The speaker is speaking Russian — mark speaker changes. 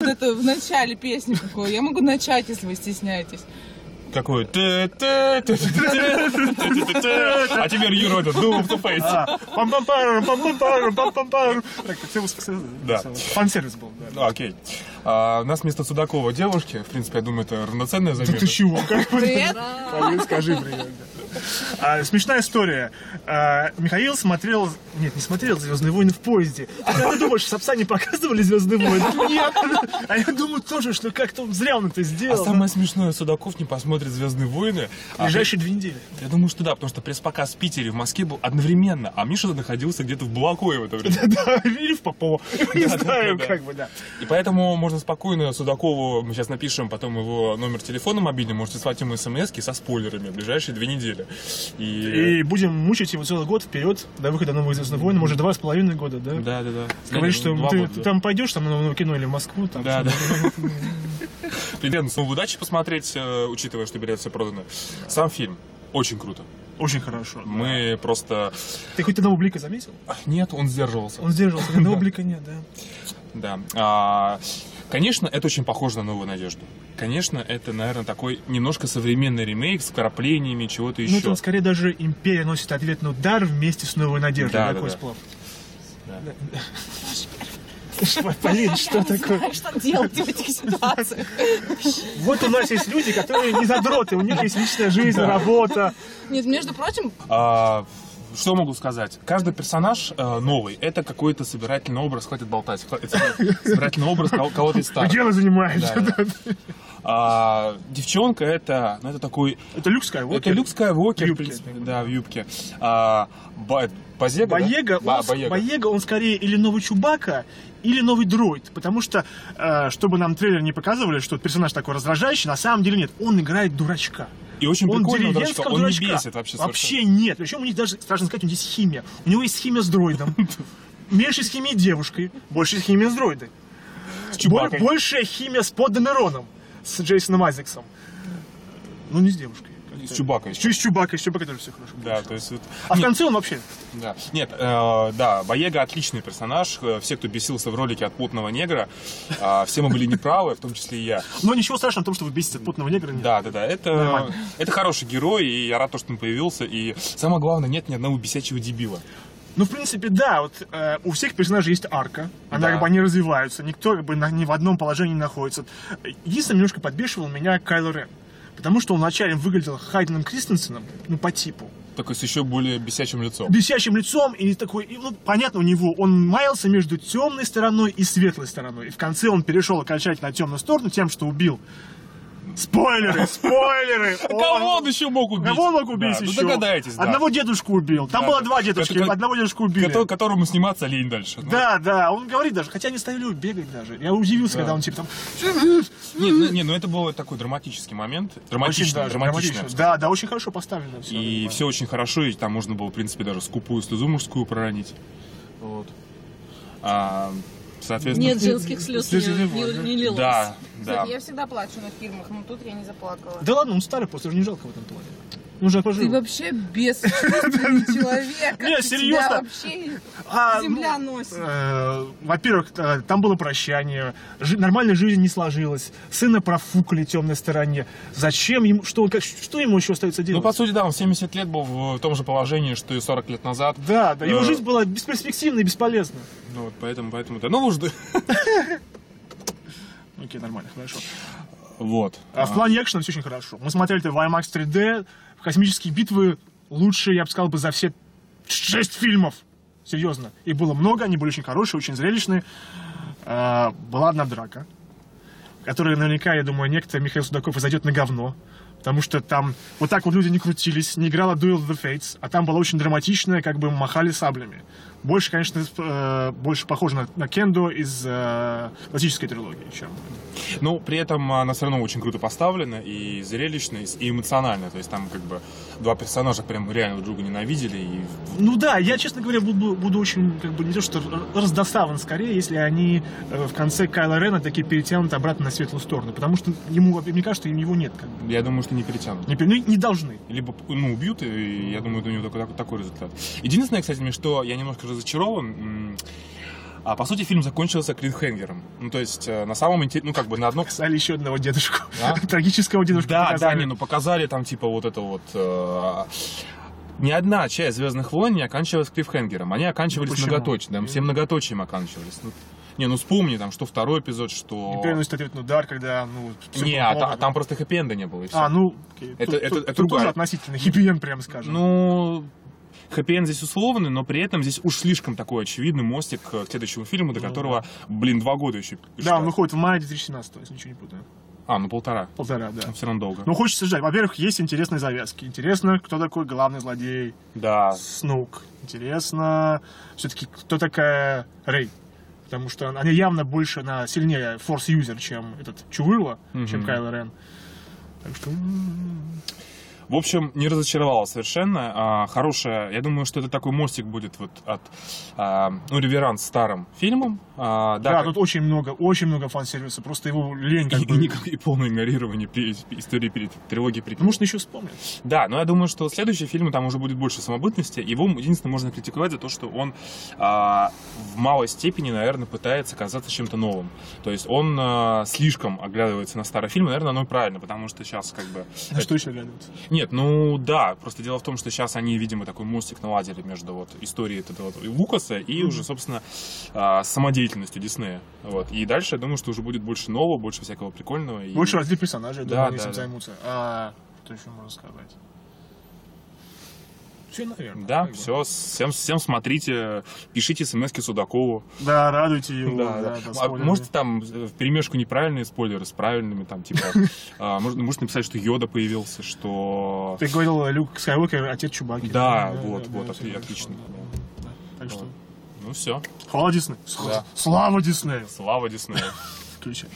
Speaker 1: это в начале песни какое. Я могу начать, если вы стесняетесь.
Speaker 2: Какой? А теперь Юра этот, дум ту фейс. пам пам парам пам пам парам пам пам парам
Speaker 3: Так, так все успели.
Speaker 2: Да.
Speaker 3: всё, Фан-сервис был, да.
Speaker 2: Ну, Окей. А, у нас вместо Судакова девушки, в принципе, я думаю, это равноценная замена.
Speaker 3: Ты чего? Как бы,
Speaker 1: Привет.
Speaker 3: Павел, скажи привет. да. А, смешная история. А, Михаил смотрел... Нет, не смотрел «Звездные войны» в поезде. А Когда ты думаешь, в Сапсане показывали «Звездные войны»? Нет. А я думаю тоже, что как-то он зря он это
Speaker 2: А
Speaker 3: сделал.
Speaker 2: самое смешное, Судаков не посмотрит «Звездные войны». а
Speaker 3: Ближайшие две недели.
Speaker 2: Я думаю, что да, потому что пресс-показ в Питере и в Москве был одновременно, а Миша находился где-то в Булакове в это время.
Speaker 3: Да, или в Попова. Не
Speaker 2: Да, да,
Speaker 3: знаю,
Speaker 2: да.
Speaker 3: как бы, да.
Speaker 2: И поэтому можно спокойно Судакову, мы сейчас напишем потом его номер телефона мобильный, можете слать ему смс со спойлерами в ближайшие две недели. И...
Speaker 3: И будем мучить его целый год вперед до выхода нового «Звездных войн», может, два с половиной года, да?
Speaker 2: Да, да, да.
Speaker 3: Говоришь, что
Speaker 2: Э, Два
Speaker 3: ты,
Speaker 2: года.
Speaker 3: ты там пойдешь, там, на новое кино или в Москву, там,
Speaker 2: Да, да. Примерно снова удачи посмотреть, э, учитывая, что билеты все проданы. Сам фильм очень круто.
Speaker 3: Очень хорошо.
Speaker 2: Мы просто... а,
Speaker 3: Ты хоть одного блика заметил?
Speaker 2: Нет, он сдерживался.
Speaker 3: Он сдерживался, ни одного блика нет, да.
Speaker 2: Да. А, конечно, это очень похоже на «Новую надежду». Конечно, это, наверное, такой немножко современный ремейк с вкраплениями чего-то
Speaker 3: Ну,
Speaker 2: еще.
Speaker 3: там скорее даже империя носит ответный удар вместе с новой надеждой.
Speaker 2: Да, да,
Speaker 3: такой
Speaker 2: да.
Speaker 3: сплав.
Speaker 2: Да.
Speaker 3: Ш- Полин, что такое?
Speaker 1: Знаешь, А что делать в этих ситуациях?
Speaker 3: Вот у нас есть люди, которые не задроты, у них есть личная жизнь, работа.
Speaker 1: Нет, между прочим,
Speaker 2: А, что могу сказать? Каждый персонаж э, новый, это какой-то собирательный образ, хватит болтать, хватит- собирательный образ кого- кого-то из старых.
Speaker 3: Где вы занимаешься?
Speaker 2: А. Да, А, девчонка это, ну, это такой,
Speaker 3: Это Люк Скайуокер.
Speaker 2: это Люк Скайуокер,
Speaker 3: В
Speaker 2: в
Speaker 3: юбке.
Speaker 2: принципе, да, в юбке. А, Ба- Базега, да?
Speaker 3: Боега,
Speaker 2: Ба-
Speaker 3: он, с-
Speaker 2: Боега.
Speaker 3: Боега, он скорее или новый Чубака, или новый дроид. Потому что, э, чтобы нам трейлер не показывали, что персонаж такой раздражающий, на самом деле нет, он играет дурачка.
Speaker 2: И очень
Speaker 3: он
Speaker 2: прикольный дурачка,
Speaker 3: деревенского
Speaker 2: он не
Speaker 3: дурачка.
Speaker 2: бесит вообще совершенно.
Speaker 3: Вообще нет. Причем у них даже, страшно сказать, у них есть химия. У него есть химия с дроидом. Меньше с химией девушкой, больше с химией с дроидом.
Speaker 2: С Чубакой.
Speaker 3: Бо- Большая химия с Поддемероном, с Джейсоном Айзексом. Ну, не с девушкой.
Speaker 2: И С Чубакой.
Speaker 3: Еще и с Чубакой, с Чубакой тоже все хорошо.
Speaker 2: Да, то есть вот-
Speaker 3: А в
Speaker 2: Нет,
Speaker 3: конце он вообще...
Speaker 2: да. Нет, э, да, Боега отличный персонаж. Э, Все, кто бесился в ролике от плотного негра, э, все мы были неправы, в том числе и я.
Speaker 3: Но ну, ничего страшного в том, что вы бесите от путного негра. нет.
Speaker 2: Да, да, да. Это,
Speaker 3: Нормально.
Speaker 2: это хороший герой, и я рад, то, что он появился. И самое главное, нет ни одного бесячего дебила.
Speaker 3: Ну, в принципе, да, вот э, у всех персонажей есть арка, она
Speaker 2: Да.
Speaker 3: как бы они развиваются, никто как бы на- ни в одном положении не находится. Единственное, немножко подбешивал меня Кайло Рен, потому что он вначале выглядел Хайденом Кристенсеном, ну, по типу,
Speaker 2: Только с еще более бесячим лицом.
Speaker 3: бесящим лицом и такой, и, ну, понятно, у него он маялся между темной стороной и светлой стороной, и в конце он перешел окончательно на темную сторону тем, что убил. Спойлеры, спойлеры!
Speaker 2: Кого
Speaker 3: Он-
Speaker 2: он еще мог убить?
Speaker 3: Кого он мог убить
Speaker 2: Да,
Speaker 3: еще?
Speaker 2: Ну догадайтесь, да.
Speaker 3: Одного дедушку убил. Там
Speaker 2: Да,
Speaker 3: было
Speaker 2: да.
Speaker 3: два дедушки,
Speaker 2: Который-
Speaker 3: одного дедушку убили.
Speaker 2: Кото- Которому сниматься лень дальше. Ну,
Speaker 3: Да, да, он говорит даже, хотя не стали бегать даже. Я удивился,
Speaker 2: Да.
Speaker 3: когда он типа там...
Speaker 2: Не, ну, не, ну это был такой драматический момент. Драматичный,
Speaker 3: даже
Speaker 2: драматичный.
Speaker 3: драматично. Да, да, очень хорошо поставлено все.
Speaker 2: И все очень хорошо, и там можно было, в принципе, даже скупую слезу мужскую проронить. Вот. А, соответственно...
Speaker 4: Нет женских слез не,
Speaker 3: Слезы
Speaker 4: не,
Speaker 3: не
Speaker 4: не лилось.
Speaker 2: Да, да.
Speaker 1: кстати, я всегда плачу на фильмах, но тут я не заплакала.
Speaker 3: Да ладно, он старый, просто уже не жалко в этом плане. Он уже
Speaker 1: Ты
Speaker 3: пожил.
Speaker 1: вообще бесчувственный человек. а
Speaker 3: Не,
Speaker 1: Ты
Speaker 3: серьезно.
Speaker 1: тебя вообще
Speaker 3: А, ну,
Speaker 1: земля носит.
Speaker 3: э, Во-первых, э, там было прощание, жи- нормальной жизни не сложилось, сына профукали темной стороне. Зачем ему, что, как, что ему еще остается
Speaker 2: Ну,
Speaker 3: делать?
Speaker 2: по сути, да, он в 70 лет был в том же положении, что и 40 лет назад.
Speaker 3: да, да, его
Speaker 2: Э.
Speaker 3: жизнь была бесперспективна и бесполезна.
Speaker 2: Ну, вот поэтому, поэтому, да. Ну, уж да.
Speaker 3: Окей, нормально, хорошо.
Speaker 2: Вот.
Speaker 3: А в плане экшена все очень хорошо. Мы смотрели это в IMAX 3D, в космические битвы лучше, я бы сказал, бы за все шесть фильмов. Серьезно. Их было много, они были очень хорошие, очень зрелищные. А, Была одна драка, которая наверняка, я думаю, некто Михаил Судаков и зайдет на говно. Потому что там вот так вот люди не крутились, не играла Duel of the Fates, а там было очень драматичное, как бы махали саблями. Больше, конечно, сп- э, больше похоже на, на Кендо из э, классической трилогии, чем
Speaker 2: Ну, при этом она все равно очень круто поставлена и зрелищно, и с- и эмоционально. То есть там как бы два персонажа прям реально друг друга ненавидели. И...
Speaker 3: Ну да, я, честно говоря, буду, буду очень, как бы, не то что раздосаван скорее, если они э, в конце Кайла Рена таки перетянут обратно на светлую сторону, потому что ему, мне кажется, его нет, как бы.
Speaker 2: Я думаю, что не перетянут.
Speaker 3: Не, пер- ну, не должны.
Speaker 2: Либо ну, убьют, и я думаю, это у него такой, такой результат. Единственное, кстати, мне что я немножко разочарован, м, А по сути фильм закончился клиффхенгером. Ну то есть э, на самом интерес- ну как бы на одном...
Speaker 3: Показали еще одного дедушку.
Speaker 2: А?
Speaker 3: Трагического дедушку
Speaker 2: Да,
Speaker 3: показали.
Speaker 2: да, не, ну показали там типа вот это вот... э, ни одна часть «Звездных войн» не оканчивалась клиффхенгером. Они оканчивались
Speaker 3: почему?
Speaker 2: многоточием. Да, все многоточием оканчивались. Ну, не, ну вспомни там, что второй эпизод,
Speaker 3: И
Speaker 2: что...
Speaker 3: переносит ответный удар, когда, ну... всё
Speaker 2: Не,
Speaker 3: было
Speaker 2: а
Speaker 3: плохо.
Speaker 2: та- там просто хэппи-энда не было. и всё.
Speaker 3: А, ну, окей.
Speaker 2: Это-
Speaker 3: Тут-
Speaker 2: это-
Speaker 3: тут-
Speaker 2: это
Speaker 3: тут
Speaker 2: другая.
Speaker 3: тоже относительно хиппи прям скажем.
Speaker 2: Ну, хэппи здесь условный, но при этом здесь уж слишком такой очевидный мостик э, к следующему фильму, до
Speaker 3: Ну,
Speaker 2: которого, блин, два года еще.
Speaker 3: да, ну
Speaker 2: ждать.
Speaker 3: он выходит в мае 2017, если ничего не путаю.
Speaker 2: А, ну полтора.
Speaker 3: Полтора, да.
Speaker 2: Все равно долго.
Speaker 3: Ну, хочется ждать. Во-первых, есть интересные завязки. Интересно, кто такой главный злодей
Speaker 2: да.
Speaker 3: Снук. Интересно, все-таки, кто такая Рэй. Потому что она явно больше, она сильнее форс-юзер, чем этот Чувырло,
Speaker 2: Мгм.
Speaker 3: чем Кайло Рен. Так что... м,
Speaker 2: В общем, не разочаровала совершенно. А, хорошая. Я думаю, что это такой мостик будет вот от а, ну, реверанс старым фильмам. А,
Speaker 3: Да,
Speaker 2: да, как-
Speaker 3: тут очень много, очень много фан-сервиса. Просто его лень как
Speaker 2: и,
Speaker 3: бы...
Speaker 2: и никак- и полное игнорирование пе- истории перед трилогией перед
Speaker 3: Потому что еще вспомнят.
Speaker 2: Да, но я думаю, что следующие фильмы там уже будет больше самобытности. Его единственное можно критиковать за то, что он а, в малой степени, наверное, пытается казаться чем-то новым. То есть он а, слишком оглядывается на старый фильм, наверное, оно и правильно, потому что сейчас как бы...
Speaker 3: На что еще глядываться?
Speaker 2: Нет, ну да, просто дело в том, что сейчас они, видимо, такой мостик наладили между вот историей вот этого вот Лукаса и
Speaker 3: Мгм.
Speaker 2: уже, собственно, а, самодеятельностью Диснея. Вот. И дальше, я думаю, что уже будет больше нового, больше всякого прикольного. и-
Speaker 3: Больше развить персонажей, я
Speaker 2: Да,
Speaker 3: думаю, они
Speaker 2: да,
Speaker 3: этим
Speaker 2: да.
Speaker 3: займутся. А что еще можно сказать? Все, наверное.
Speaker 2: Да, все, всем, всем смотрите, пишите смс-ки Судакову.
Speaker 3: Да, радуйте его.
Speaker 2: Да, да. А Может, там в перемешку неправильные спойлеры с правильными, там, типа, а, может, может написать, что Йода появился, что...
Speaker 3: Ты говорил, э, Люк Скайуокер, отец Чубаки.
Speaker 2: Да, вот, вот,
Speaker 3: всё
Speaker 2: отли-
Speaker 3: хорошо,
Speaker 2: отлично.
Speaker 3: да, да. Так что,
Speaker 2: Ну, все.
Speaker 3: хвала Дисней. С-
Speaker 2: Да.
Speaker 3: Слава Диснею.
Speaker 2: Слава Диснею.
Speaker 3: Включай.